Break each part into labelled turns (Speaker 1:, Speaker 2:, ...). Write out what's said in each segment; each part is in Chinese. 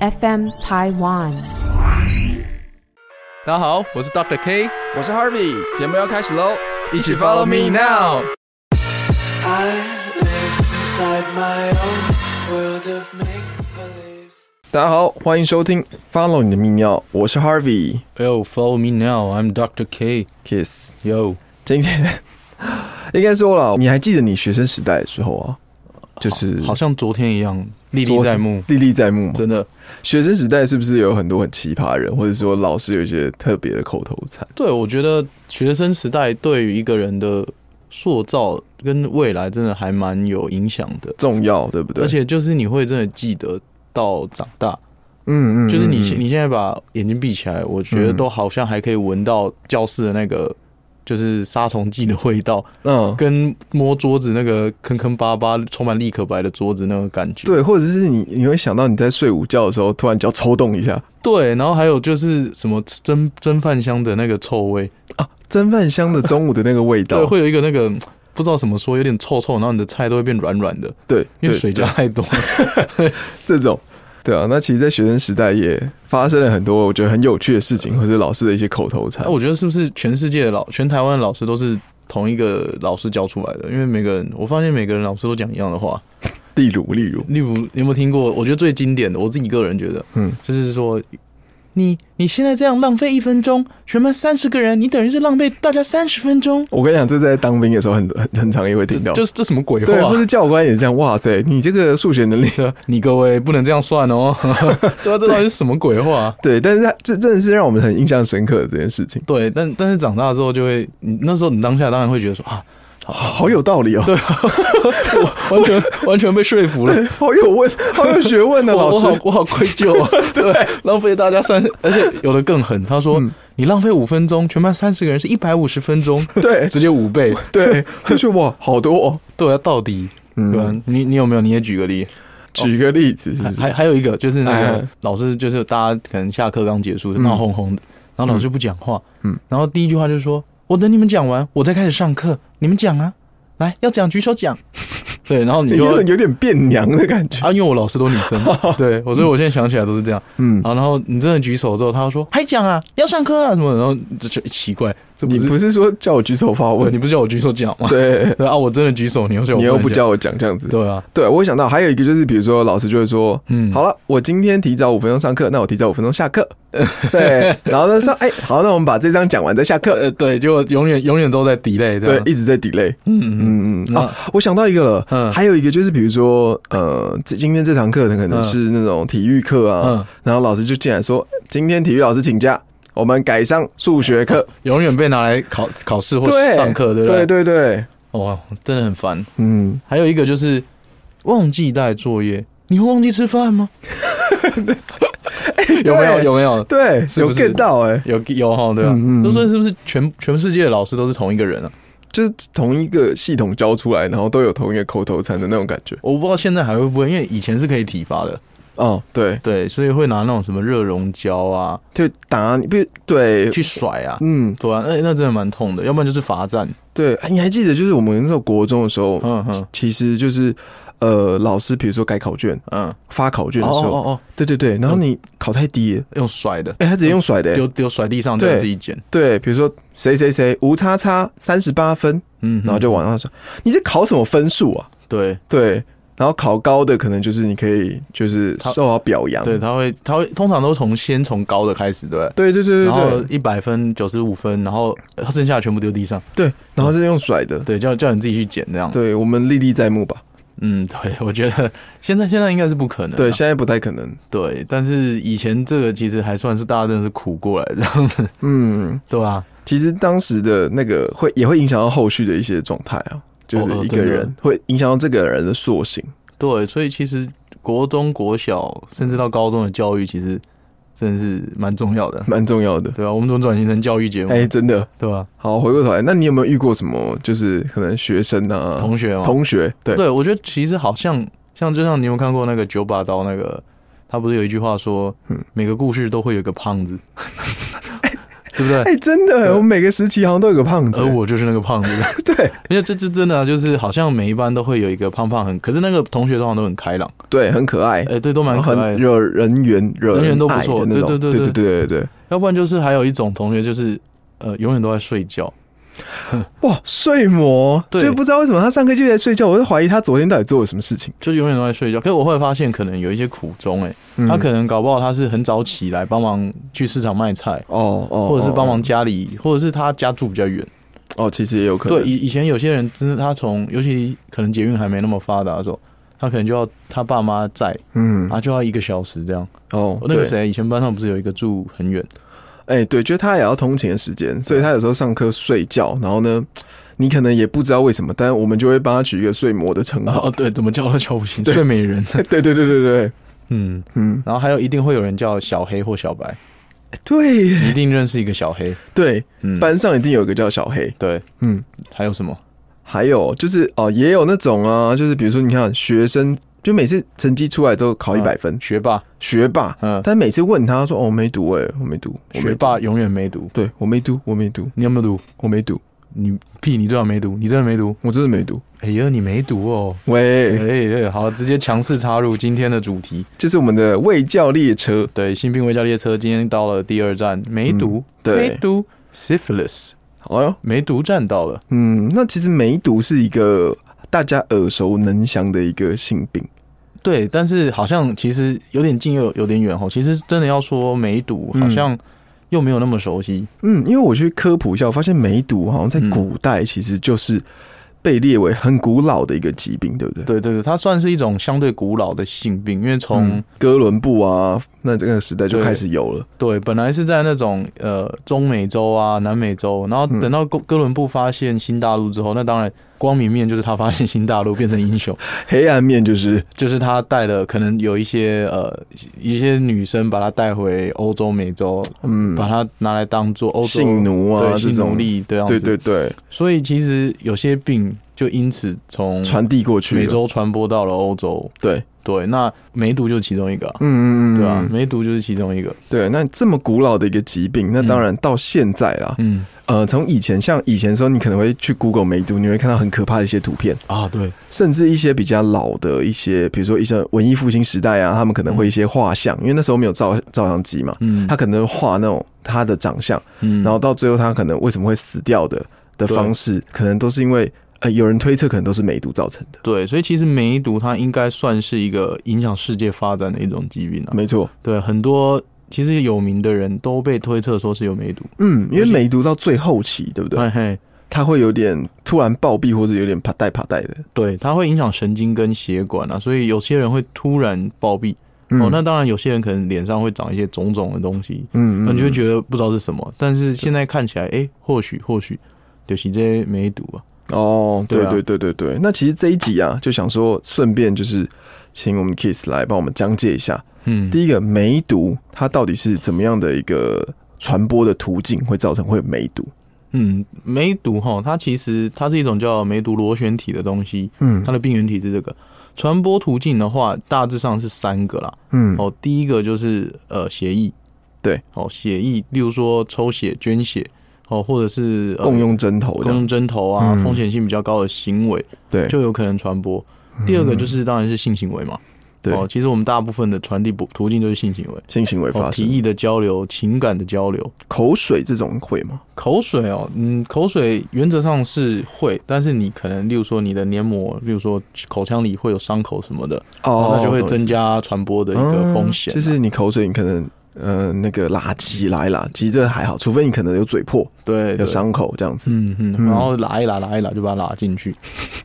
Speaker 1: FM Taiwan。
Speaker 2: 大家好，我是 Doctor K，
Speaker 3: 我是 Harvey，节目要开始喽，
Speaker 2: 一起 follow me now。
Speaker 4: I live inside my own world of make believe.
Speaker 3: 大家好，欢迎收听 Follow 你的泌尿，我是 Harvey
Speaker 2: Yo, follow me now. I'm Doctor K.
Speaker 3: Kiss。
Speaker 2: Yo，
Speaker 3: 今天 应该说了，你还记得你学生时代的时候啊，就是
Speaker 2: 好像昨天一样，历历
Speaker 3: 昨
Speaker 2: 在目。
Speaker 3: 历历在目嘛。
Speaker 2: 真的，
Speaker 3: 学生时代是不是有很多很奇葩的人，或者说老师有一些特别的口头禅？
Speaker 2: 对我觉得学生时代对于一个人的塑造跟未来真的还蛮有影响的，
Speaker 3: 重要，对不对？
Speaker 2: 而，且就是你会真的记得到长大，
Speaker 3: 嗯嗯，
Speaker 2: 就是你
Speaker 3: 嗯
Speaker 2: 现你现在把眼睛闭起来，我觉得
Speaker 3: 嗯
Speaker 2: 都好像还可以闻到教室的那个就是杀虫剂的味道，
Speaker 3: 嗯，
Speaker 2: 跟摸桌子那个坑坑巴巴、充满立可白的桌子那个感觉。
Speaker 3: 对，或者是你你会想到你在睡午觉的时候，突然脚抽动一下
Speaker 2: 对，然后还有就是什么蒸蒸饭香的那个臭味，
Speaker 3: 啊，蒸饭香的中午的那个味道
Speaker 2: 对，，会有一个那个嗯不知道怎么说，有点臭臭，然后你的菜都会变软软的，
Speaker 3: 对，
Speaker 2: 因为
Speaker 3: 对
Speaker 2: 水加太多。
Speaker 3: 这种，对啊，那其实，在学生时代也发生了很多我觉得很有趣的事
Speaker 2: 嗯
Speaker 3: 情，或是老师的一些口头 禅
Speaker 2: 那。我觉得是不是全世界的老、全台湾的老师都是同一个老师教出来的？因为每个人，我发现每个人老师都讲一样的话。
Speaker 3: 例如，例如，
Speaker 2: 例如，你有没有听过？我觉得最经典的，我自己个人觉得，
Speaker 3: 嗯，
Speaker 2: 就是说，你你现在这样浪费一分钟，全班三十个人，你等于是浪费大家三十分钟。
Speaker 3: 我跟你讲，这在当兵的时候很很很常也会听到，
Speaker 2: 就是这什么鬼
Speaker 3: 对，啊
Speaker 2: 话
Speaker 3: 或？是教官也是这样，哇塞，你这个数学 能力，
Speaker 2: 对啊你各位不能这样算哦。 对啊，这到底是什么鬼话？
Speaker 3: 对，但是他这真的是让我们很印象深刻的这件事情，
Speaker 2: 对，但但是长大之后就会，你那时候你当下当然会觉得说 啊，
Speaker 3: 好有道理哦，对，
Speaker 2: 我完全完全被说服了。
Speaker 3: 好有问，好有学问呢、啊
Speaker 2: 我
Speaker 3: 老
Speaker 2: 我好
Speaker 3: 师。
Speaker 2: 我好愧疚啊！ 对，嗯浪费大家三十，而且有的更狠，他说、你浪费五分钟，全班三十个人是一百五十分钟，
Speaker 3: 对
Speaker 2: 直接五倍。
Speaker 3: 对，就是哇，好多、哦。嗯
Speaker 2: 对啊，到底对啊，你你有没有？你也举个例，
Speaker 3: 举个例子，是不是？
Speaker 2: 还还有一个就是那
Speaker 3: 哎
Speaker 2: 个
Speaker 3: 哎
Speaker 2: 老师，就是大家可能下课刚结束，闹哄哄的，然后老师就不讲话，嗯
Speaker 3: 嗯，
Speaker 2: 然后第一句话就是说：“我等你们讲完，我再开始上课，你们讲啊，来要讲举手讲。” 对，然后你
Speaker 3: 你
Speaker 2: 就
Speaker 3: 有点有点变娘的感觉。
Speaker 2: 啊，因为我老师都女 生，对，我所以我现在想起来都是这样。
Speaker 3: 嗯，
Speaker 2: 啊，然后你真的举手之后，他就说还讲啊，要上课了什么的，然后就觉得奇怪，这不
Speaker 3: 你
Speaker 2: 是
Speaker 3: 不是说叫我举手发
Speaker 2: 对，
Speaker 3: 问
Speaker 2: 你？不是叫我举手讲吗？
Speaker 3: 对，
Speaker 2: 对啊，我真的举手，你又叫我
Speaker 3: 你又
Speaker 2: 能
Speaker 3: 不
Speaker 2: 讲，
Speaker 3: 叫我讲这样子。
Speaker 2: 对啊，
Speaker 3: 对，我想到还有一个就是，比如说老师就会说，
Speaker 2: 嗯
Speaker 3: 嗯，好了，我今天提早五分钟上课，那我提早五分钟下课。 对，然后呢说，哎、好，那我们把这章讲完再下 课。
Speaker 2: 呃，对，就永远永远都在 delay，这
Speaker 3: 对
Speaker 2: 样，
Speaker 3: 一直在 delay。
Speaker 2: 啊嗯嗯，
Speaker 3: 嗯嗯
Speaker 2: 那
Speaker 3: 啊，我想到一个了，
Speaker 2: 嗯
Speaker 3: 还有一个就是，比如说，呃，这今天这堂课可能
Speaker 2: 嗯
Speaker 3: 是那种体育课啊，
Speaker 2: 嗯
Speaker 3: 然后老师就进来说，今天体育老师请假，我们改上数学课，
Speaker 2: 永远被拿来考考试或
Speaker 3: 对，
Speaker 2: 上课，对不
Speaker 3: 对？
Speaker 2: 对？
Speaker 3: 对对，
Speaker 2: 哇，真的很烦。
Speaker 3: 嗯，
Speaker 2: 还有一个就是忘记带作业，你会忘记吃饭 吗？有没有？
Speaker 3: 对
Speaker 2: 有没有？
Speaker 3: 对，
Speaker 2: 是不是
Speaker 3: 有 get 到哎、
Speaker 2: 有有哈，对吧？
Speaker 3: 嗯嗯嗯
Speaker 2: 就说是不是全全世界的老师都是同一个人啊？
Speaker 3: 就是同一个系统教出来，然后都有同一个口头禅的那种感觉。
Speaker 2: 我不知道现在还会不会，因为以前是可以体罚的，
Speaker 3: 哦，对，
Speaker 2: 对，所以会拿那种什么热熔胶啊
Speaker 3: 就打你，不是对，
Speaker 2: 去甩啊，
Speaker 3: 嗯，
Speaker 2: 对啊，那那真的蛮痛的，要不然就是罚站，
Speaker 3: 对，哎你还记得就是我们那时候国中的时候，
Speaker 2: 嗯哼
Speaker 3: 其实就是呃，老师比如说改考卷、
Speaker 2: 嗯，
Speaker 3: 发考卷
Speaker 2: 哦
Speaker 3: 的时候，
Speaker 2: 哦哦，
Speaker 3: 对对对，然后你考太低了，
Speaker 2: 用甩的，
Speaker 3: 哎、他直接用甩的、
Speaker 2: 丢丢甩地上，
Speaker 3: 对
Speaker 2: 再自己捡，
Speaker 3: 对，比如说谁谁谁吴叉叉三十八分，
Speaker 2: 嗯，
Speaker 3: 然后就往上说，你这考什么分数啊？
Speaker 2: 对
Speaker 3: 对，然后考高的可能就是你可以就是
Speaker 2: 他
Speaker 3: 受到表扬，
Speaker 2: 对，他会他会通常都从先从高的开始，对不对。
Speaker 3: 对对对
Speaker 2: 然后
Speaker 3: 对对
Speaker 2: 一百分、九十五分，然后呃剩下的全部丢地上，
Speaker 3: 对，然后是用甩的，
Speaker 2: 对，叫叫你自己去捡这样。
Speaker 3: 对我们历历在目吧？
Speaker 2: 嗯，对，我觉得现在现在应该是不可能啊。
Speaker 3: 对，现在不太可能，
Speaker 2: 对，但是以前这个其实还算是大家真的是苦过来这样子，
Speaker 3: 嗯。
Speaker 2: 对啊吧、
Speaker 3: 其实当时的那个会也会影响到后续的一些状态啊，就是
Speaker 2: 哦哦
Speaker 3: 一
Speaker 2: 真
Speaker 3: 个
Speaker 2: 的
Speaker 3: 人会影响到这个人的塑形。
Speaker 2: 对，所以其实国中、国小，甚至到高中的教育，其实真的是蛮重要的，
Speaker 3: 蛮重要的。
Speaker 2: 对吧、啊我们怎么转型成教育节目，
Speaker 3: 哎、真的
Speaker 2: 对啊吧、
Speaker 3: 好，回过头来，那你有没有遇过什么就是可能学生啊、
Speaker 2: 同学嘛，
Speaker 3: 同学对
Speaker 2: 对我觉得其实好像像就像你有没有看过那个九把刀那 个，他不是有一句话说，每个故事都会有一个胖子。对不对？
Speaker 3: 嗯哎、真的，我们每个时期好像都有个胖子。
Speaker 2: 而我就是那个胖子，
Speaker 3: 对
Speaker 2: 因为这这真的、啊、就是好像每一班都会有一个胖胖很，可是那个同学通常都很开朗，
Speaker 3: 对，很可爱，
Speaker 2: 哎、对，都蛮可爱
Speaker 3: 哦很
Speaker 2: 的。
Speaker 3: 惹人缘，惹
Speaker 2: 人缘都不
Speaker 3: 爱的
Speaker 2: 错
Speaker 3: 那种
Speaker 2: 对对对
Speaker 3: 对对
Speaker 2: 对
Speaker 3: 对对对。
Speaker 2: 要不然就是还有一种同学就是呃永远都在睡觉，
Speaker 3: 哇，睡魔，
Speaker 2: 对
Speaker 3: 就不知道为什么他上课就在睡觉，我就怀疑他昨天到底做了什么事情。
Speaker 2: 就永远都在睡觉。可是我会发现可能有一些苦衷、哎、
Speaker 3: 嗯
Speaker 2: 他可能搞不好他是很早起来帮忙去市场卖菜。
Speaker 3: 哦哦，
Speaker 2: 或者是帮
Speaker 3: 哦
Speaker 2: 忙家里，或者是他家住比较远。
Speaker 3: 哦，其实也有可能。
Speaker 2: 对，以以前有些人真的他从，尤其可能捷运还没那么发达的时候，他可能就要他爸妈在，啊
Speaker 3: 嗯，
Speaker 2: 他就要一个小时这样。
Speaker 3: 哦，
Speaker 2: 那个
Speaker 3: 对，
Speaker 2: 谁，以前班上不是有一个住很 远，
Speaker 3: 哎、对，就是他也要通勤的时间，所以他有时候上课睡觉，然后呢，你可能也不知道为什么，但我们就会帮他取一个睡魔的称
Speaker 2: 然
Speaker 3: 号。
Speaker 2: 后哦对，怎么叫都叫不醒，
Speaker 3: 对
Speaker 2: 睡美人。
Speaker 3: 对对对对对，
Speaker 2: 嗯，
Speaker 3: 嗯，
Speaker 2: 然后还有一定会有人叫小黑或小白，
Speaker 3: 对耶
Speaker 2: 你一定认识一个小黑。
Speaker 3: 对，
Speaker 2: 嗯，
Speaker 3: 班上一定有一个叫小黑。
Speaker 2: 对，
Speaker 3: 嗯，
Speaker 2: 还有什么？
Speaker 3: 还有就是哦，也有那种啊，就是比如说你看学生，就每次成绩出来都考一百分，
Speaker 2: 学霸，
Speaker 3: 学霸，
Speaker 2: 嗯，
Speaker 3: 但每次问他说哦，我没读哎、我没读，我没
Speaker 2: 学霸永远没读。
Speaker 3: 对我没读，我没读，
Speaker 2: 你有没有读？
Speaker 3: 我没读，
Speaker 2: 你屁，你最好没读，你真的没读。
Speaker 3: 我真的没读。
Speaker 2: 哎呀，你没读 哦。哎
Speaker 3: 喂，
Speaker 2: 哎，好，直接强势插入今天的主题。
Speaker 3: 这是我们的卫教列车，
Speaker 2: 对，新病卫教列车今天到了第二站，梅毒，
Speaker 3: 嗯对
Speaker 2: 梅毒 syphilis，
Speaker 3: 哎呦，
Speaker 2: 梅毒站到了。
Speaker 3: 嗯，那其实梅毒是一个大家耳熟能详的一个性病，
Speaker 2: 对，但是好像其实有点近又有有点远哦。其实真的要说梅毒，
Speaker 3: 嗯
Speaker 2: 好像又没有那么熟悉。
Speaker 3: 嗯，因为我去科普一下，我发现梅毒好像在
Speaker 2: 嗯
Speaker 3: 古代其实就是被列为很古老的一个疾病，对不对？
Speaker 2: 对对对，它算是一种相对古老的性病，因为从、
Speaker 3: 嗯哥伦布啊，那这个时代就开始有了。
Speaker 2: 对本来是在那种呃中美洲啊、南美洲，然后
Speaker 3: 嗯
Speaker 2: 等到哥哥伦布发现新大陆之后，那当然光明面就是他发现新大陆变成英雄。
Speaker 3: 黑暗面就是
Speaker 2: 就是他带了，可能有一些呃一些女生把他带回欧洲、美洲，
Speaker 3: 嗯，
Speaker 2: 把他拿来当做欧洲
Speaker 3: 性奴啊
Speaker 2: 对
Speaker 3: 这
Speaker 2: 性奴
Speaker 3: 种，
Speaker 2: 隶这样子。
Speaker 3: 对对对，
Speaker 2: 所以其实有些病就因此从
Speaker 3: 传递过去了
Speaker 2: 嗯美，洲传播到了欧洲。
Speaker 3: 对，
Speaker 2: 对，那梅毒就是其中一个啊、
Speaker 3: 嗯嗯嗯，
Speaker 2: 对啊，梅毒就是其中一个。
Speaker 3: 对。那这么古老的一个疾病，那当然到现在啦，
Speaker 2: 嗯
Speaker 3: 呃，从以前像以前的时候，你可能会去 Google 梅毒，你会看到很可怕的一些图片，
Speaker 2: 啊，对，
Speaker 3: 甚至一些比较老的一些，比如说一些文艺复兴时代啊，他们可能会一些画像，因为那时候没有照照相机嘛，
Speaker 2: 嗯，
Speaker 3: 他可能画那种他的长相。
Speaker 2: 嗯
Speaker 3: 然后到最后他可能为什么会死掉的的
Speaker 2: 对
Speaker 3: 方式，可能都是因为呃有人推测可能都是梅毒造成的。
Speaker 2: 对，所以其实梅毒它应该算是一个影响世界发展的一种疾病啊。
Speaker 3: 没错，
Speaker 2: 对，很多其实有名的人都被推测说是有梅毒。
Speaker 3: 嗯，因为
Speaker 2: 而且
Speaker 3: 梅毒到最后期，对不对？
Speaker 2: 嘿嘿，
Speaker 3: 它会有点突然暴毙或者有点啪带啪带的。
Speaker 2: 对，它会影响神经跟血管啊，所以有些人会突然暴毙。
Speaker 3: 嗯
Speaker 2: 哦，那当然，有些人可能脸上会长一些肿肿的东西，
Speaker 3: 嗯
Speaker 2: 那
Speaker 3: 嗯，
Speaker 2: 你就会觉得不知道是什么。但是现在看起来，哎、或许或许就是这些梅毒啊。
Speaker 3: 哦，对
Speaker 2: 对啊
Speaker 3: 对对对对。那其实这一集啊，就想说顺便就是请我们 Kiss 来帮我们讲解一下，
Speaker 2: 嗯，
Speaker 3: 第一个梅毒它到底是怎么样的一个传播的途径，会造成会有梅毒。
Speaker 2: 嗯，梅毒哈，它其实它是一种叫梅毒螺旋体的东西，
Speaker 3: 嗯
Speaker 2: 它的病原体是这个。传播途径的话，大致上是三个啦。
Speaker 3: 嗯
Speaker 2: 哦，第一个就是呃血液，
Speaker 3: 对，
Speaker 2: 哦血液，例如说抽血、捐血，哦或者是、呃、
Speaker 3: 共用针头这
Speaker 2: 共
Speaker 3: 样
Speaker 2: 用针头啊，
Speaker 3: 嗯
Speaker 2: 风险性比较高的行为
Speaker 3: 对嗯
Speaker 2: 就有可能传播。第二个就是当然是性行为嘛，
Speaker 3: 对
Speaker 2: 哦，其实我们大部分的传递途途径就是性行为，
Speaker 3: 性行为
Speaker 2: 哦，
Speaker 3: 发
Speaker 2: 体
Speaker 3: 生，
Speaker 2: 液的交流、情感的交流。
Speaker 3: 口水这种会吗？
Speaker 2: 口水哦，嗯，口水原则上是会，但是你可能，例如说你的黏膜，例如说口腔里会有伤口什么的，
Speaker 3: 哦
Speaker 2: 那就会增加传播的一个风险、啊
Speaker 3: 嗯就是你口水，你可能呃那个拉鸡来拉鸡，这还好，除非你可能有嘴破、
Speaker 2: 对
Speaker 3: 有
Speaker 2: 对，
Speaker 3: 伤口这样子。
Speaker 2: 嗯嗯，
Speaker 3: 嗯
Speaker 2: 然后拉一拉，拉一拉，就把它拉进去，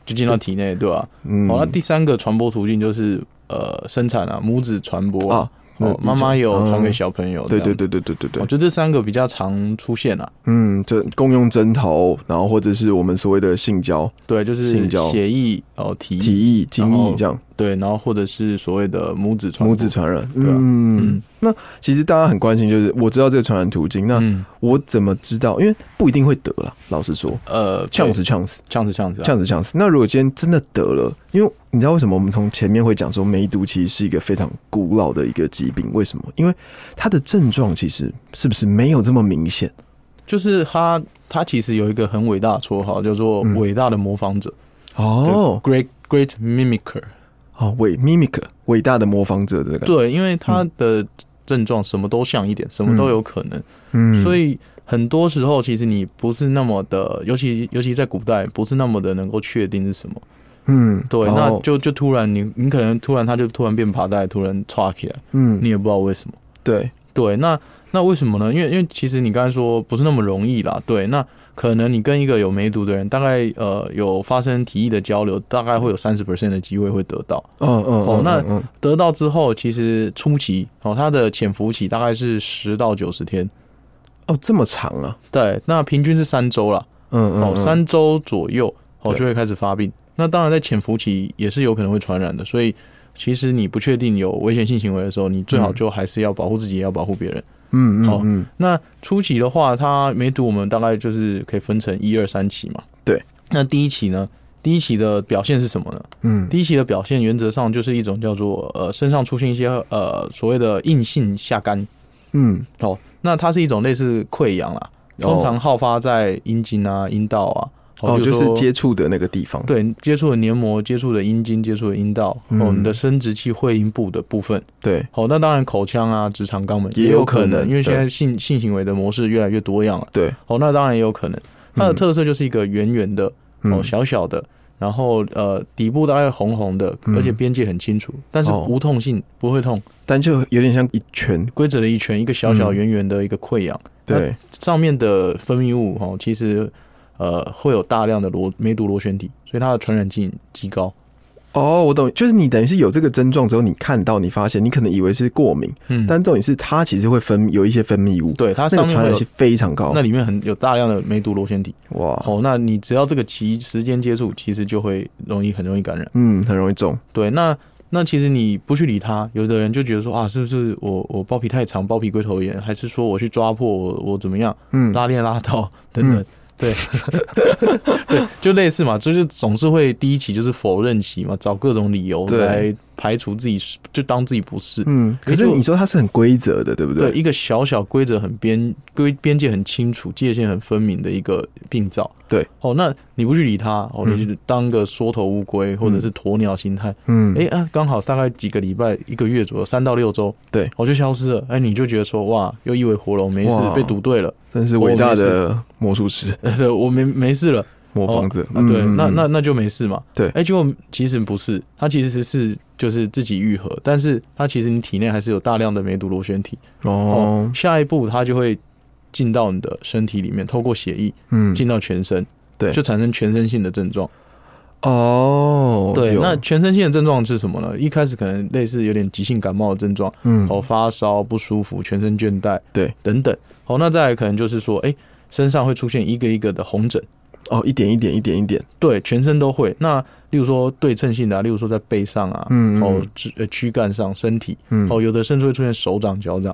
Speaker 2: 就进到体 内，对吧、
Speaker 3: 嗯，
Speaker 2: 好，那第三个传播途径就是呃生产啊，母子传播啊
Speaker 3: 啊，，
Speaker 2: 哦妈妈有传给
Speaker 3: 嗯
Speaker 2: 小朋友这
Speaker 3: 对
Speaker 2: 样子，
Speaker 3: 对对对对对
Speaker 2: 哦，
Speaker 3: 对，
Speaker 2: 就这三个比较常出现啊。
Speaker 3: 嗯，这共用针头，然后或者是我们所谓的性交、
Speaker 2: 对，就是
Speaker 3: 性交
Speaker 2: 血液哦体
Speaker 3: 体液、精
Speaker 2: 然
Speaker 3: 液
Speaker 2: 后
Speaker 3: 这样，
Speaker 2: 对，然后或者是所谓的母子传播
Speaker 3: 母子传染。
Speaker 2: 对啊
Speaker 3: 嗯
Speaker 2: 嗯，
Speaker 3: 那其实大家很关心，就是我知道这个传染途径，那
Speaker 2: 嗯
Speaker 3: 我怎么知道？因为不一定会得了，老实说，
Speaker 2: 呃
Speaker 3: 呛死呛死。
Speaker 2: 呛死呛死啊
Speaker 3: 这样子，这样子。那如果今天真的得了，因为你知道为什么我们从前面会讲说梅毒其实是一个非常古老的一个疾病？为什么？因为它的症状其实是不是没有这么明显？
Speaker 2: 就是他他其实有一个很伟大的绰号，叫做
Speaker 3: 嗯
Speaker 2: 伟大的模仿者，
Speaker 3: 哦，
Speaker 2: g r e a t Great Mimicker。
Speaker 3: 哦，伟 mimic 伟大的模仿者的那个，
Speaker 2: 对，因为
Speaker 3: 嗯
Speaker 2: 他的症状什么都像一点，什么都有可能，
Speaker 3: 嗯
Speaker 2: 所以很多时候其实你不是那么的，尤其尤其在古代，不是那么的能够确定是什么。
Speaker 3: 嗯，
Speaker 2: 对，
Speaker 3: 然
Speaker 2: 那
Speaker 3: 后
Speaker 2: 就就突然你你可能突然他就突然变爬带，突然岔起来，
Speaker 3: 嗯
Speaker 2: 你，也不知道为什么。
Speaker 3: 对，
Speaker 2: 对，那那为什么呢？因为因为其实你刚才说不是那么容易啦。对，那可能你跟一个有梅毒的人，大概呃有发生体液的交流，大概会有三十 percent 的机会会得到。
Speaker 3: 嗯嗯，
Speaker 2: 哦
Speaker 3: 嗯
Speaker 2: 那
Speaker 3: 嗯
Speaker 2: 得到之后，其实初期哦，它的潜伏期大概是十到九十天。
Speaker 3: 哦这么长啊，
Speaker 2: 对，那平均是三周啦，
Speaker 3: 嗯嗯
Speaker 2: 哦，
Speaker 3: 嗯
Speaker 2: 三周左右哦
Speaker 3: 对
Speaker 2: 就会开始发病。那当然，在潜伏期也是有可能会传染的，所以其实你不确定有危险性行为的时候，你最好就还是要保护自己，也要保护别人。
Speaker 3: 嗯
Speaker 2: 哦
Speaker 3: 嗯嗯，
Speaker 2: 那初期的话，它梅毒我们大概就是可以分成一二三期嘛。
Speaker 3: 对，
Speaker 2: 那第一期呢？第一期的表现是什么呢？
Speaker 3: 嗯
Speaker 2: 第一期的表现原则上就是一种叫做呃身上出现一些呃所谓的硬性下疳
Speaker 3: 嗯，
Speaker 2: 哦，那它是一种类似溃疡啦，通常好发在阴茎啊、阴道啊，
Speaker 3: 哦，
Speaker 2: 比
Speaker 3: 就
Speaker 2: 如说
Speaker 3: 是接触的那个地方，，
Speaker 2: 对接触的黏膜、接触的阴茎、接触的阴道，哦，
Speaker 3: 嗯
Speaker 2: 你的生殖器会阴部的部分，
Speaker 3: 对，
Speaker 2: 好、那当然口腔啊、直肠、肛门
Speaker 3: 也有
Speaker 2: 有
Speaker 3: 可能
Speaker 2: 因为现
Speaker 3: 对
Speaker 2: 在性性行为的模式越来越多样了，
Speaker 3: 对，
Speaker 2: 哦，那当然也有可能，它的
Speaker 3: 嗯
Speaker 2: 特色就是一个圆圆的，哦，小小的，然后呃底部大概红红的，
Speaker 3: 嗯
Speaker 2: 而且边界很清楚，但是
Speaker 3: 哦
Speaker 2: 无痛性不会痛，
Speaker 3: 但就有点像一拳，
Speaker 2: 规则的一拳，一个小小
Speaker 3: 嗯
Speaker 2: 圆圆的一个溃疡，
Speaker 3: 对，
Speaker 2: 上面的分泌物哦，其实呃会有大量的螺梅毒螺旋体，所以它的传染性极高。
Speaker 3: 哦，我懂，就是你等于是有这个症状之后，你看到你发现，你可能以为是过敏，
Speaker 2: 嗯，
Speaker 3: 但重点是它其实会分有一些分泌物，，
Speaker 2: 对它
Speaker 3: 那
Speaker 2: 上
Speaker 3: 个
Speaker 2: 面
Speaker 3: 传
Speaker 2: 会
Speaker 3: 染
Speaker 2: 有
Speaker 3: 性非常高，
Speaker 2: 那里面很有大量的梅毒螺旋体
Speaker 3: 哇，
Speaker 2: 哦，那你只要这个期时间接触，其实就会容易很容易感染。
Speaker 3: 嗯，很容易中，
Speaker 2: 对，那那其实你不去理它，有的人就觉得说啊，是不是我我包皮太长，包皮龟头炎，还是说我去抓破我我怎么样，
Speaker 3: 嗯，
Speaker 2: 拉链拉到等等，对 对，就类似嘛，就是总是会第一期就是否认期嘛，找各种理由
Speaker 3: 对
Speaker 2: 来排除自己是，就当自己不是。
Speaker 3: 嗯，可是
Speaker 2: 可是我
Speaker 3: 你说它是很规则的，对不
Speaker 2: 对
Speaker 3: 对？
Speaker 2: 一个小小规则很边规边界很清楚、界限很分明的一个病灶，
Speaker 3: 对
Speaker 2: 哦，那你不去理它，哦，你就当个缩头乌龟或者是鸵鸟心态，
Speaker 3: 嗯，
Speaker 2: 哎、啊，刚好大概几个礼拜、一个月左右，三到六周，
Speaker 3: 对，
Speaker 2: 我、就消失了。哎、你就觉得说，哇，又一尾活龙，没事
Speaker 3: 哇，
Speaker 2: 被赌对了，
Speaker 3: 真是伟大的魔术师、
Speaker 2: 对我没没事了。
Speaker 3: 模仿者，
Speaker 2: 啊，对，
Speaker 3: 嗯
Speaker 2: 那
Speaker 3: 嗯
Speaker 2: 那那就没事嘛。
Speaker 3: 对
Speaker 2: 哎、结果其实不是，它其实是就是自己愈合，但是它其实你体内还是有大量的梅毒螺旋体。
Speaker 3: 哦，
Speaker 2: 下一步它就会进到你的身体里面，透过血液
Speaker 3: 嗯，
Speaker 2: 进到全身，
Speaker 3: 对
Speaker 2: 就产生全身性的症状。
Speaker 3: 哦，
Speaker 2: 对，
Speaker 3: 有
Speaker 2: 那全身性的症状是什么呢？一开始可能类似有点急性感冒的症状，
Speaker 3: 嗯，
Speaker 2: 哦，发烧、不舒服、全身倦怠，
Speaker 3: 对，
Speaker 2: 等等。好，那再来可能就是说，哎、身上会出现一个一个的红疹，
Speaker 3: 哦，一点一点一点一点，
Speaker 2: 对，全身都会。那例如说对称性的、啊，例如说在背上啊，
Speaker 3: 嗯嗯
Speaker 2: 哦，肢呃躯干上、身体，
Speaker 3: 嗯，
Speaker 2: 哦，有的甚至会出现手掌、脚掌，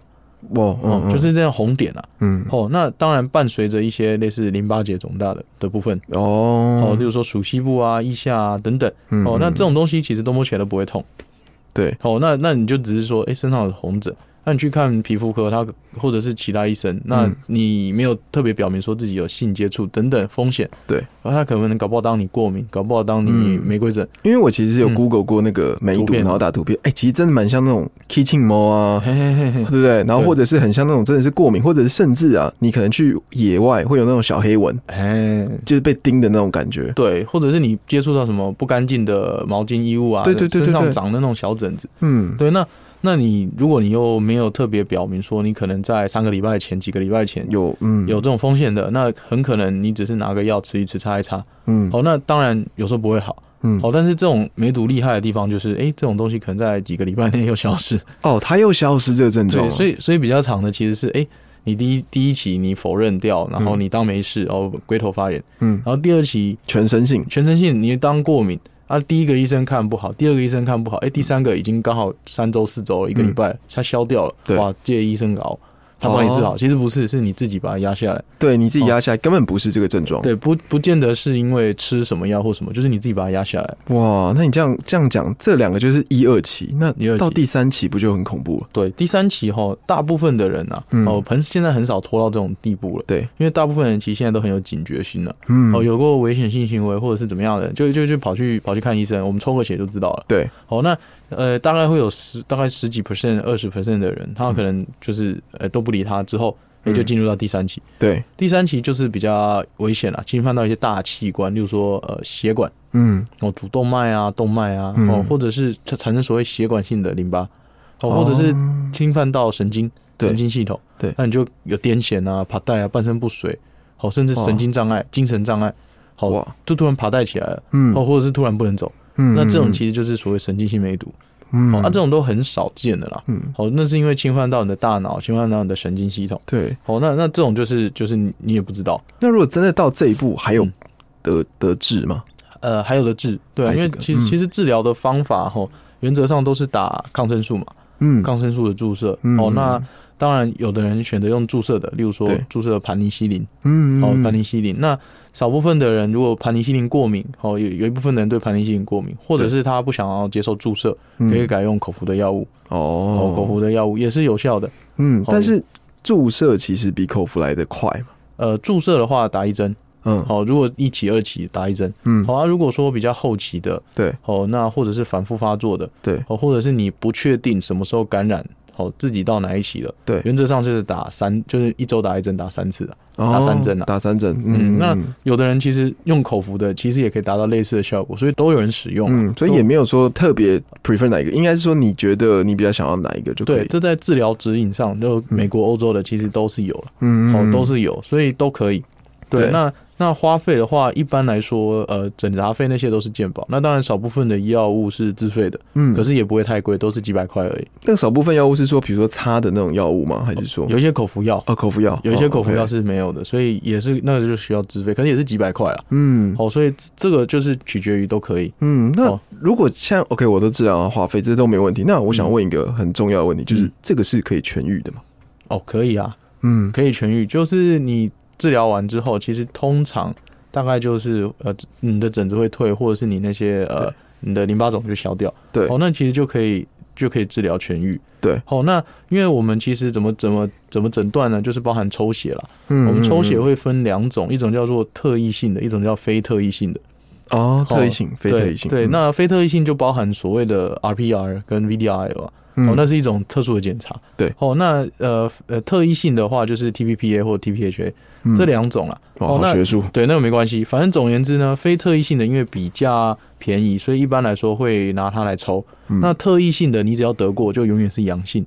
Speaker 3: 哇，
Speaker 2: 哦，
Speaker 3: 嗯，
Speaker 2: 就是这样红点啊。
Speaker 3: 嗯，嗯
Speaker 2: 哦，那当然伴随着一些类似淋巴结肿大的的部分，哦，
Speaker 3: 哦
Speaker 2: 例，如说属膝部啊、腋下啊等等。
Speaker 3: 嗯
Speaker 2: 哦，那
Speaker 3: 嗯
Speaker 2: 这种东西其实都摸起来都不会痛。
Speaker 3: 对，
Speaker 2: 哦，那那你就只是说，哎、身上有红疹，那你去看皮肤科，他或者是其他医生，那
Speaker 3: 嗯
Speaker 2: 你没有特别表明说自己有性接触等等风险，
Speaker 3: 对
Speaker 2: 然后他可能搞不好当你过敏，搞不好当你
Speaker 3: 嗯
Speaker 2: 玫瑰疹，
Speaker 3: 因为我其实有
Speaker 2: 嗯
Speaker 3: Google 过那个梅
Speaker 2: 图
Speaker 3: 毒，
Speaker 2: 片
Speaker 3: 然后打图片，哎、其实真的蛮像那种 kitchen 猫啊，
Speaker 2: 嘿嘿嘿嘿，
Speaker 3: 对不对？然后
Speaker 2: 对
Speaker 3: 或者是很像那种真的是过敏，或者是甚至啊，你可能去野外会有那种小黑蚊，
Speaker 2: 哎，
Speaker 3: 就是被叮的那种感觉。
Speaker 2: 对，或者是你接触到什么不干净的毛巾、衣物啊，
Speaker 3: 对对对对
Speaker 2: 身上
Speaker 3: 对
Speaker 2: 长的那种小疹子，
Speaker 3: 嗯，
Speaker 2: 对，那。那你如果你又没有特别表明说你可能在三个礼拜前、几个礼拜前有
Speaker 3: 有，嗯，
Speaker 2: 有这，种风险的，那很可能你只是拿个药吃一吃、擦一擦，
Speaker 3: 嗯，
Speaker 2: 哦，那当然有时候不会好，
Speaker 3: 嗯，
Speaker 2: 哦，但是这种梅毒厉害的地方就是，哎、这种东西可能在几个礼拜内又消失。
Speaker 3: 哦，它又消失这个症状
Speaker 2: 对，
Speaker 3: 了，
Speaker 2: 所
Speaker 3: 以
Speaker 2: 以所以比较长的其实是，哎、你第一第一期你否认掉，然后你当没事，哦，龟头发炎，
Speaker 3: 嗯，
Speaker 2: 然后第二期
Speaker 3: 全身性，
Speaker 2: 全身性你当过敏，啊，第一个医生看不好，第二个医生看不好，哎、第三个已经刚好三周四周了，一个礼拜它消掉了，
Speaker 3: 嗯对
Speaker 2: 哇，借医生熬。他帮你治好，
Speaker 3: 哦
Speaker 2: 其实不是，是你自己把它压下来。
Speaker 3: 对你自己压下来，根本不是这个症状。
Speaker 2: 哦对，不不见得是因为吃什么药或什么，就是你自己把它压下来。
Speaker 3: 哇，那你这样这样讲，这两个就是一二期，那
Speaker 2: 一二期
Speaker 3: 到第三期不就很恐怖了？
Speaker 2: 对，第三期哈，大部分的人啊，
Speaker 3: 嗯
Speaker 2: 哦，盆现在很少拖到这种地步了，
Speaker 3: 对，
Speaker 2: 因为大部分人其实现在都很有警觉心了、
Speaker 3: 嗯，
Speaker 2: 哦哦，有过危险性行为或者是怎么样的，就就就跑去跑去看医生，我们抽个血就知道了。
Speaker 3: 对，
Speaker 2: 哦，那呃，大概会有十大概十几 percent、二十 percent 的人，
Speaker 3: 嗯
Speaker 2: 他可能就是呃都不理他，之后也就进入到第三期。
Speaker 3: 对，
Speaker 2: 第三期就是比较危险了，侵犯到一些大器官，例如说呃血管
Speaker 3: 嗯，
Speaker 2: 哦，主动脉啊、动脉啊
Speaker 3: 嗯
Speaker 2: 哦，或者是它产生所谓血管性的淋巴哦，或者是
Speaker 3: 哦
Speaker 2: 侵犯到神经、
Speaker 3: 对
Speaker 2: 神经系统，
Speaker 3: 对
Speaker 2: 那你就有癫痫啊、爬带啊、半身不遂，好、甚至神经障碍、精神障碍，好、
Speaker 3: 哇，
Speaker 2: 就突然爬带起来了，
Speaker 3: 嗯
Speaker 2: 哦，，或者是突然不能走，
Speaker 3: 嗯
Speaker 2: 那这种
Speaker 3: 期，
Speaker 2: 其实就是所谓神经性梅毒，
Speaker 3: 嗯
Speaker 2: 哦，那、这，种都很少见的啦。
Speaker 3: 嗯，
Speaker 2: 好，那是因为侵犯到你的大脑，侵犯到你的神经系统。
Speaker 3: 对。
Speaker 2: 好，那那这种就是就是你你也不知道，
Speaker 3: 那如果真的到这一步，还有
Speaker 2: 嗯
Speaker 3: 得得治吗？
Speaker 2: 呃，还有的治，对啊、
Speaker 3: 还
Speaker 2: 因
Speaker 3: 是
Speaker 2: 为
Speaker 3: 个
Speaker 2: 其实、
Speaker 3: 嗯
Speaker 2: 其实治疗的方法吼，原则上都是打抗生素嘛，
Speaker 3: 嗯，
Speaker 2: 抗生素的注射。
Speaker 3: 嗯
Speaker 2: 哦
Speaker 3: 嗯，
Speaker 2: 那当然有的人选择用注射的，例如说
Speaker 3: 对
Speaker 2: 注射盘尼西林，
Speaker 3: 嗯，
Speaker 2: 哦，
Speaker 3: 嗯
Speaker 2: 盘尼西林。那少部分的人如果盘尼西林过敏，哦，有有一部分的人对盘尼西林过敏，或者
Speaker 3: 对
Speaker 2: 是他不想要接受注射，
Speaker 3: 嗯
Speaker 2: 可以改用口服的药物。哦，口
Speaker 3: 哦，
Speaker 2: 服的药物也是有效的。
Speaker 3: 嗯，
Speaker 2: 口
Speaker 3: 但是注射其实比口服来的快嘛，
Speaker 2: 呃，注射的话打一针，
Speaker 3: 嗯
Speaker 2: 哦好、如果一期、二期打一针，
Speaker 3: 嗯
Speaker 2: 好、，啊。如果说比较后期的，
Speaker 3: 对
Speaker 2: 哦，那或者是反复发作的，
Speaker 3: 对
Speaker 2: 哦，或者是你不确定什么时候感染，哦，自己到哪一期了，
Speaker 3: 对
Speaker 2: 原则上就是打三，就是一周打一针，打三次啊。
Speaker 3: 打
Speaker 2: 三针啊
Speaker 3: 哦打三针，
Speaker 2: 嗯
Speaker 3: 嗯，
Speaker 2: 那
Speaker 3: 嗯
Speaker 2: 有的人其实用口服的，其实也可以达到类似的效果，所以都有人使用啊、
Speaker 3: 嗯，所以也没有说特别 prefer 哪一个，应该是说你觉得你比较想要哪一个就可
Speaker 2: 对，
Speaker 3: 以，
Speaker 2: 这在治疗指引上，就美国、欧洲的其实都是有了，
Speaker 3: 嗯
Speaker 2: 哦，都是有，所以都可以。对，
Speaker 3: 对
Speaker 2: 那那花费的话，一般来说，呃，诊疗费那些都是健保，那当然少部分的药物是自费的，
Speaker 3: 嗯
Speaker 2: 可是也不会太贵，都是几百块而已。
Speaker 3: 那个少部分药物是说，比如说擦的那种药物吗？还是说
Speaker 2: 有一些口服药，
Speaker 3: 哦口服药？
Speaker 2: 有一些口服
Speaker 3: 哦
Speaker 2: 药
Speaker 3: ，OK
Speaker 2: 是没有的，所以也是那个就需要自费，可是也是几百块啦。
Speaker 3: 嗯
Speaker 2: 哦，所以这这个就是取决于都可以。
Speaker 3: 嗯，那
Speaker 2: 哦
Speaker 3: 如果像 OK，我都治疗啊，花费这都没问题。那我想问一个很重要的问题，就是
Speaker 2: 嗯
Speaker 3: 这个是可以痊愈的吗？
Speaker 2: 哦，可以啊，
Speaker 3: 嗯，
Speaker 2: 可以痊愈。就是你治疗完之后，其实通常大概就是呃，你的疹子会退，或者是你那些呃
Speaker 3: 对，
Speaker 2: 你的淋巴肿就消掉。
Speaker 3: 对
Speaker 2: 哦，那其实就可以就可以治疗痊愈。
Speaker 3: 对，
Speaker 2: 哦，那因为我们其实怎么怎么怎么诊断呢？就是包含抽血啦。
Speaker 3: 嗯
Speaker 2: 我们抽血
Speaker 3: 嗯
Speaker 2: 会分两种，一种叫做特异性的，一种叫非特异性的。
Speaker 3: 嗯哦，
Speaker 2: 哦
Speaker 3: 特异性、非
Speaker 2: 对
Speaker 3: 特异性，
Speaker 2: 对，
Speaker 3: 嗯
Speaker 2: 那非哦特异性就包含所谓的 RPR 跟 VDI 了吧。哦，那
Speaker 3: 嗯
Speaker 2: 是一种特殊的检查。
Speaker 3: 对
Speaker 2: 哦，那呃呃，特异性的话就是 TPPA 或 TPHA、
Speaker 3: 嗯
Speaker 2: 这两种啦。
Speaker 3: 哇
Speaker 2: 哦
Speaker 3: 好
Speaker 2: 那
Speaker 3: 学术，
Speaker 2: 对，那个没关系。反正总而言之呢，非特异性的因为比较便宜，所以一般来说会拿它来抽。
Speaker 3: 嗯
Speaker 2: 那特异性的你只要得过，就永远是阳性。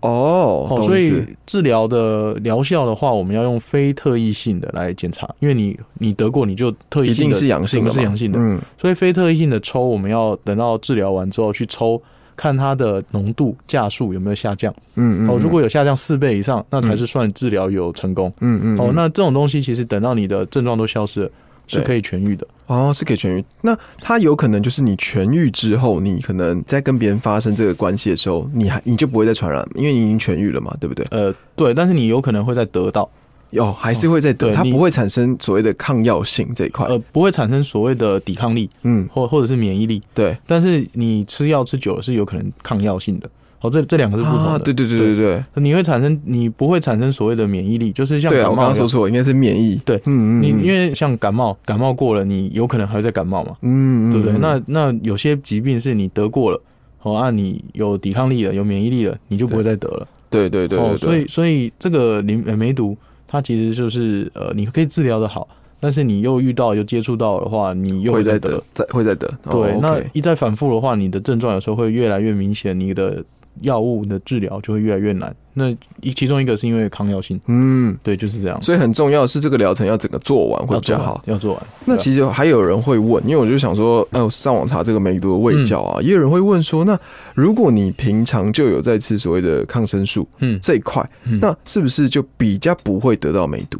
Speaker 3: 哦，懂
Speaker 2: 所
Speaker 3: 意
Speaker 2: 以
Speaker 3: 思
Speaker 2: 治疗的疗效的话，我们要用非特异性的来检查，因为你你得过，你就特异
Speaker 3: 一
Speaker 2: 性
Speaker 3: 定
Speaker 2: 的
Speaker 3: 是阳性
Speaker 2: 什么
Speaker 3: 的嘛，
Speaker 2: 是阳性的。
Speaker 3: 嗯，
Speaker 2: 所以非特异性的抽，我们要等到治疗完之后去抽，看它的浓度、价数有没有下降。
Speaker 3: 嗯嗯
Speaker 2: 哦，
Speaker 3: 嗯
Speaker 2: 如果有下降四倍以上，那才是算治疗有成功。
Speaker 3: 嗯嗯
Speaker 2: 哦，
Speaker 3: 嗯
Speaker 2: 那这种东西其实等到你的症状都消失了，是
Speaker 3: 对
Speaker 2: 可以痊愈的。
Speaker 3: 哦，是可以痊愈。那它有可能就是你痊愈之后，你可能在跟别人发生这个关系的时候，你还你就不会再传染，因为你已经痊愈了嘛，对不对？
Speaker 2: 呃，对，但是你有可能会再得到，
Speaker 3: 哦，还是会再得，
Speaker 2: 对
Speaker 3: 它
Speaker 2: 你
Speaker 3: 不会产生所谓的抗药性这一块。
Speaker 2: 呃，不会产生所谓的抵抗力
Speaker 3: 嗯，
Speaker 2: 或或者是免疫力，
Speaker 3: 对，
Speaker 2: 但是你吃药吃久了是有可能抗药性的。哦，这这两个是不同的。
Speaker 3: 啊，对对对对对，
Speaker 2: 你会产生，你不会产生所谓的免疫力，就是像
Speaker 3: 对啊，
Speaker 2: 感
Speaker 3: 我
Speaker 2: 冒一
Speaker 3: 刚
Speaker 2: 样。
Speaker 3: 刚说错，应该是免疫。
Speaker 2: 对
Speaker 3: 嗯嗯，
Speaker 2: 你
Speaker 3: 嗯
Speaker 2: 因为像感冒，感冒过了，你有可能还会再感冒嘛，
Speaker 3: 嗯，嗯
Speaker 2: 对不对？
Speaker 3: 嗯
Speaker 2: 那那有些疾病是你得过了，哦啊，你有抵抗力了，有免疫力了，你就不会再得了。
Speaker 3: 对对对
Speaker 2: 哦，
Speaker 3: 对，
Speaker 2: 所以所以这个淋呃梅毒，它其实就是呃，你可以治疗的好，但是你又遇到又接触到的话，你
Speaker 3: 对
Speaker 2: 又
Speaker 3: 会
Speaker 2: 再
Speaker 3: 再
Speaker 2: 得
Speaker 3: 得。，再会再得。哦
Speaker 2: 对，那
Speaker 3: OK
Speaker 2: 一再反复的话，你的症状有时候会越来越明显，你的药物的治疗就会越来越难。那一其中一个是因为抗药性，
Speaker 3: 嗯，
Speaker 2: 对，就是这样。
Speaker 3: 所以很重要是这个疗程要整个做完会
Speaker 2: 要
Speaker 3: 比较
Speaker 2: 做
Speaker 3: 好
Speaker 2: 完，。要做完。
Speaker 3: 那
Speaker 2: 对啊
Speaker 3: 其实还有人会问，因为我就想说，呃，我上网查这个梅毒的味觉
Speaker 2: 嗯
Speaker 3: 啊，也有人会问说，那如果你平常就有在吃所谓的抗生素
Speaker 2: 嗯
Speaker 3: 这一块，
Speaker 2: 嗯
Speaker 3: 那是不是就比较不会得到梅毒？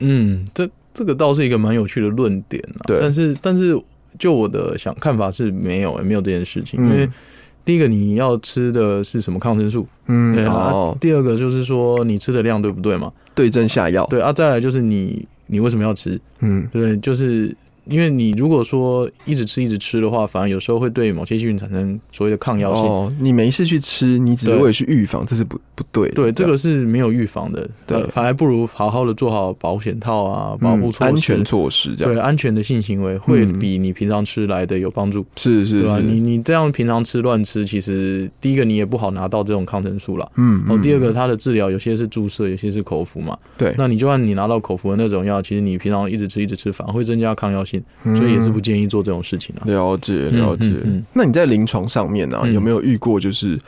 Speaker 2: 嗯，这这个倒是一个蛮有趣的论点啊。
Speaker 3: 对
Speaker 2: 但是但是就我的想看法是没有、没有这件事情，
Speaker 3: 嗯
Speaker 2: 因为第一个你要吃的是什么抗生素，
Speaker 3: 嗯
Speaker 2: 对啊啊
Speaker 3: 哦，，
Speaker 2: 第二个就是说你吃的量对不对嘛，
Speaker 3: 对症下药，，
Speaker 2: 对啊，再来就是你你为什么要吃，
Speaker 3: 嗯
Speaker 2: 对不对？就是因为你如果说一直吃一直吃的话，反而有时候会对某些细菌产生所谓的抗药性。
Speaker 3: 哦，你没事去吃，你只是
Speaker 2: 对
Speaker 3: 为了去预防，这是不不对的，
Speaker 2: 对，这
Speaker 3: 样
Speaker 2: 个是没有预防的，
Speaker 3: 对
Speaker 2: 呃反而不如好好的做好保险套啊，保护
Speaker 3: 嗯
Speaker 2: 措施，
Speaker 3: 安全措施这样，
Speaker 2: 对安全的性行为会
Speaker 3: 嗯
Speaker 2: 比你平常吃来的有帮助，
Speaker 3: 是是
Speaker 2: 对吧？
Speaker 3: 是，
Speaker 2: 你你这样平常吃乱吃，其实第一个你也不好拿到这种抗生素了。
Speaker 3: 嗯，
Speaker 2: 哦，
Speaker 3: 嗯
Speaker 2: 第二个，它的治疗有些是注射，有些是口服嘛。
Speaker 3: 对，
Speaker 2: 那你就算你拿到口服的那种药，其实你平常一直吃一直吃，反而会增加抗药性，
Speaker 3: 嗯
Speaker 2: 所以也是不建议做这种事情啊。
Speaker 3: 了解了解。
Speaker 2: 嗯嗯
Speaker 3: 那你在临床上面呢、啊，
Speaker 2: 嗯
Speaker 3: 有没有遇过就是？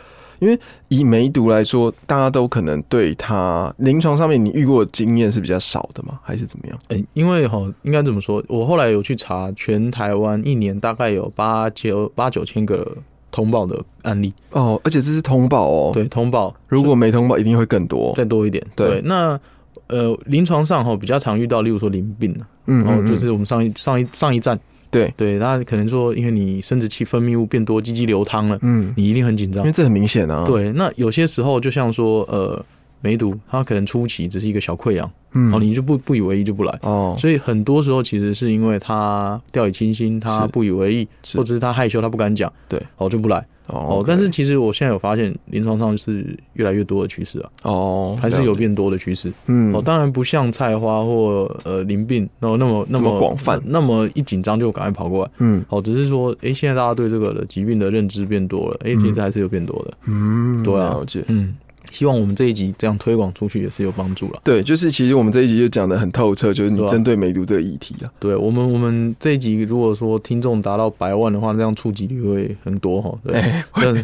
Speaker 3: 因为以梅毒来说，大家都可能对它临床上面你遇过的经验是比较少的吗？还是怎么样？
Speaker 2: 嗯，因为哈，应该怎么说？我后来有去查，全台湾一年大概有八九八九千个通报的案例，
Speaker 3: 哦，而且这是通报哦。，
Speaker 2: 对，通报
Speaker 3: 如果没通报，一定会更多。
Speaker 2: 再多一点，
Speaker 3: 对
Speaker 2: 对，那。呃，临床上哈比较常遇到，例如说淋病，啊
Speaker 3: 嗯
Speaker 2: 然后哦就
Speaker 3: 嗯
Speaker 2: 是我们上一上一上一站，
Speaker 3: 对
Speaker 2: 对，那可能说因为你生殖器分泌物变多，鸡鸡流汤了，
Speaker 3: 嗯，
Speaker 2: 你一定很紧张
Speaker 3: 因为。这很明显啊。，
Speaker 2: 对，那有些时候就像说呃梅毒，它可能初期只是一个小溃疡，
Speaker 3: 嗯
Speaker 2: 哦，你就不不以为意就不来，
Speaker 3: 哦，
Speaker 2: 所以很多时候其实是因为他掉以轻心，他
Speaker 3: 是
Speaker 2: 不以为意，
Speaker 3: 是
Speaker 2: 或者是他害羞，他不敢讲，
Speaker 3: 对，
Speaker 2: 哦就不来哦。
Speaker 3: 哦
Speaker 2: 但是其实我现在有发现，临床上是越来越多的趋势啊，
Speaker 3: 哦，
Speaker 2: 还是有
Speaker 3: 了解
Speaker 2: 变多的趋势
Speaker 3: 嗯
Speaker 2: 哦。当然不像菜花或呃淋病那么那么那
Speaker 3: 这么广泛
Speaker 2: 那么一紧张就赶快跑过来。
Speaker 3: 嗯
Speaker 2: 哦，只是说，诶，现在大家对这个的疾病的认知变多了，诶，其实还是有变多的。
Speaker 3: 嗯，
Speaker 2: 对啊
Speaker 3: 了解。
Speaker 2: 嗯，希望我们这一集这样推广出去也是有帮助了。
Speaker 3: 对，就是其实我们这一集就讲的很透彻，就是
Speaker 2: 是
Speaker 3: 你
Speaker 2: 吧
Speaker 3: 针对梅毒这个议题啊。
Speaker 2: 对我们，我们这一集如果说听众达到百万的话，这样触及率会很多哈。对，
Speaker 3: 哎
Speaker 2: 真的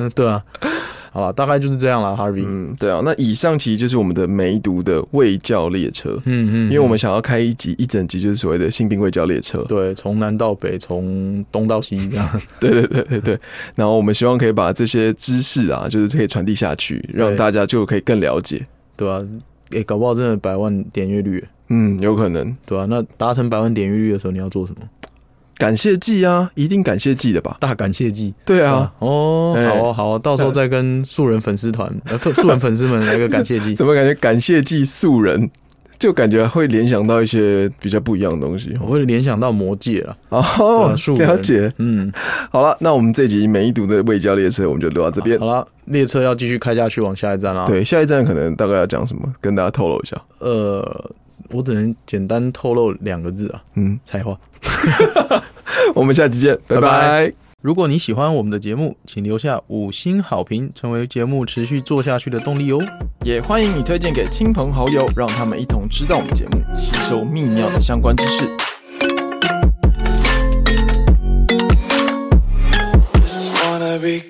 Speaker 2: 嗯 对啊。好了，大概就是这样了，Harvey。嗯
Speaker 3: 嗯，对啊。那以上其实就是我们的梅毒的卫教列车。
Speaker 2: 嗯，
Speaker 3: 因为我们想要开一集一整集，就是所谓的性病卫教列车。
Speaker 2: 对从南到北，从东到西这样。
Speaker 3: 对对对对对。然后我们希望可以把这些知识啊，就是可以传递下去，让大家就可以更了解。
Speaker 2: 对吧、诶、搞不好真的百万点阅率，
Speaker 3: 嗯，有可能
Speaker 2: 对吧、啊那达成百万点阅率的时候，你要做什么？
Speaker 3: 感谢祭啊，一定感谢祭的吧？
Speaker 2: 大感谢祭。
Speaker 3: 对
Speaker 2: 对
Speaker 3: 啊
Speaker 2: 吧，哦，
Speaker 3: 哎
Speaker 2: 好哦，好哦，到时候再跟素人粉丝团、 呃素素人粉丝们来个感谢祭。
Speaker 3: 怎么感觉感谢祭素人，就感觉会联想到一些比较不一样的东西
Speaker 2: 我会联想到魔戒了。对
Speaker 3: 哦
Speaker 2: 啊素。人
Speaker 3: 了解。
Speaker 2: 嗯，
Speaker 3: 好了，那我们这集梅毒的卫教列车我们就聊到这边
Speaker 2: 好。了，列车要继续开下去，往下一站啦。。
Speaker 3: 对，下一站可能大概要讲什么，跟大家透露一下。
Speaker 2: 呃，我只能简单透露两个字啊，
Speaker 3: 嗯，
Speaker 2: 才华。
Speaker 3: 我们下期见，拜
Speaker 2: 拜拜
Speaker 3: 拜。
Speaker 2: 如果你喜欢我们的节目，请留下五星好评，成为节目持续做下去的动力哦。
Speaker 3: 也欢迎你推荐给亲朋好友，让他们一同知道我们节目，吸收泌尿的相关知识。
Speaker 4: Just wanna be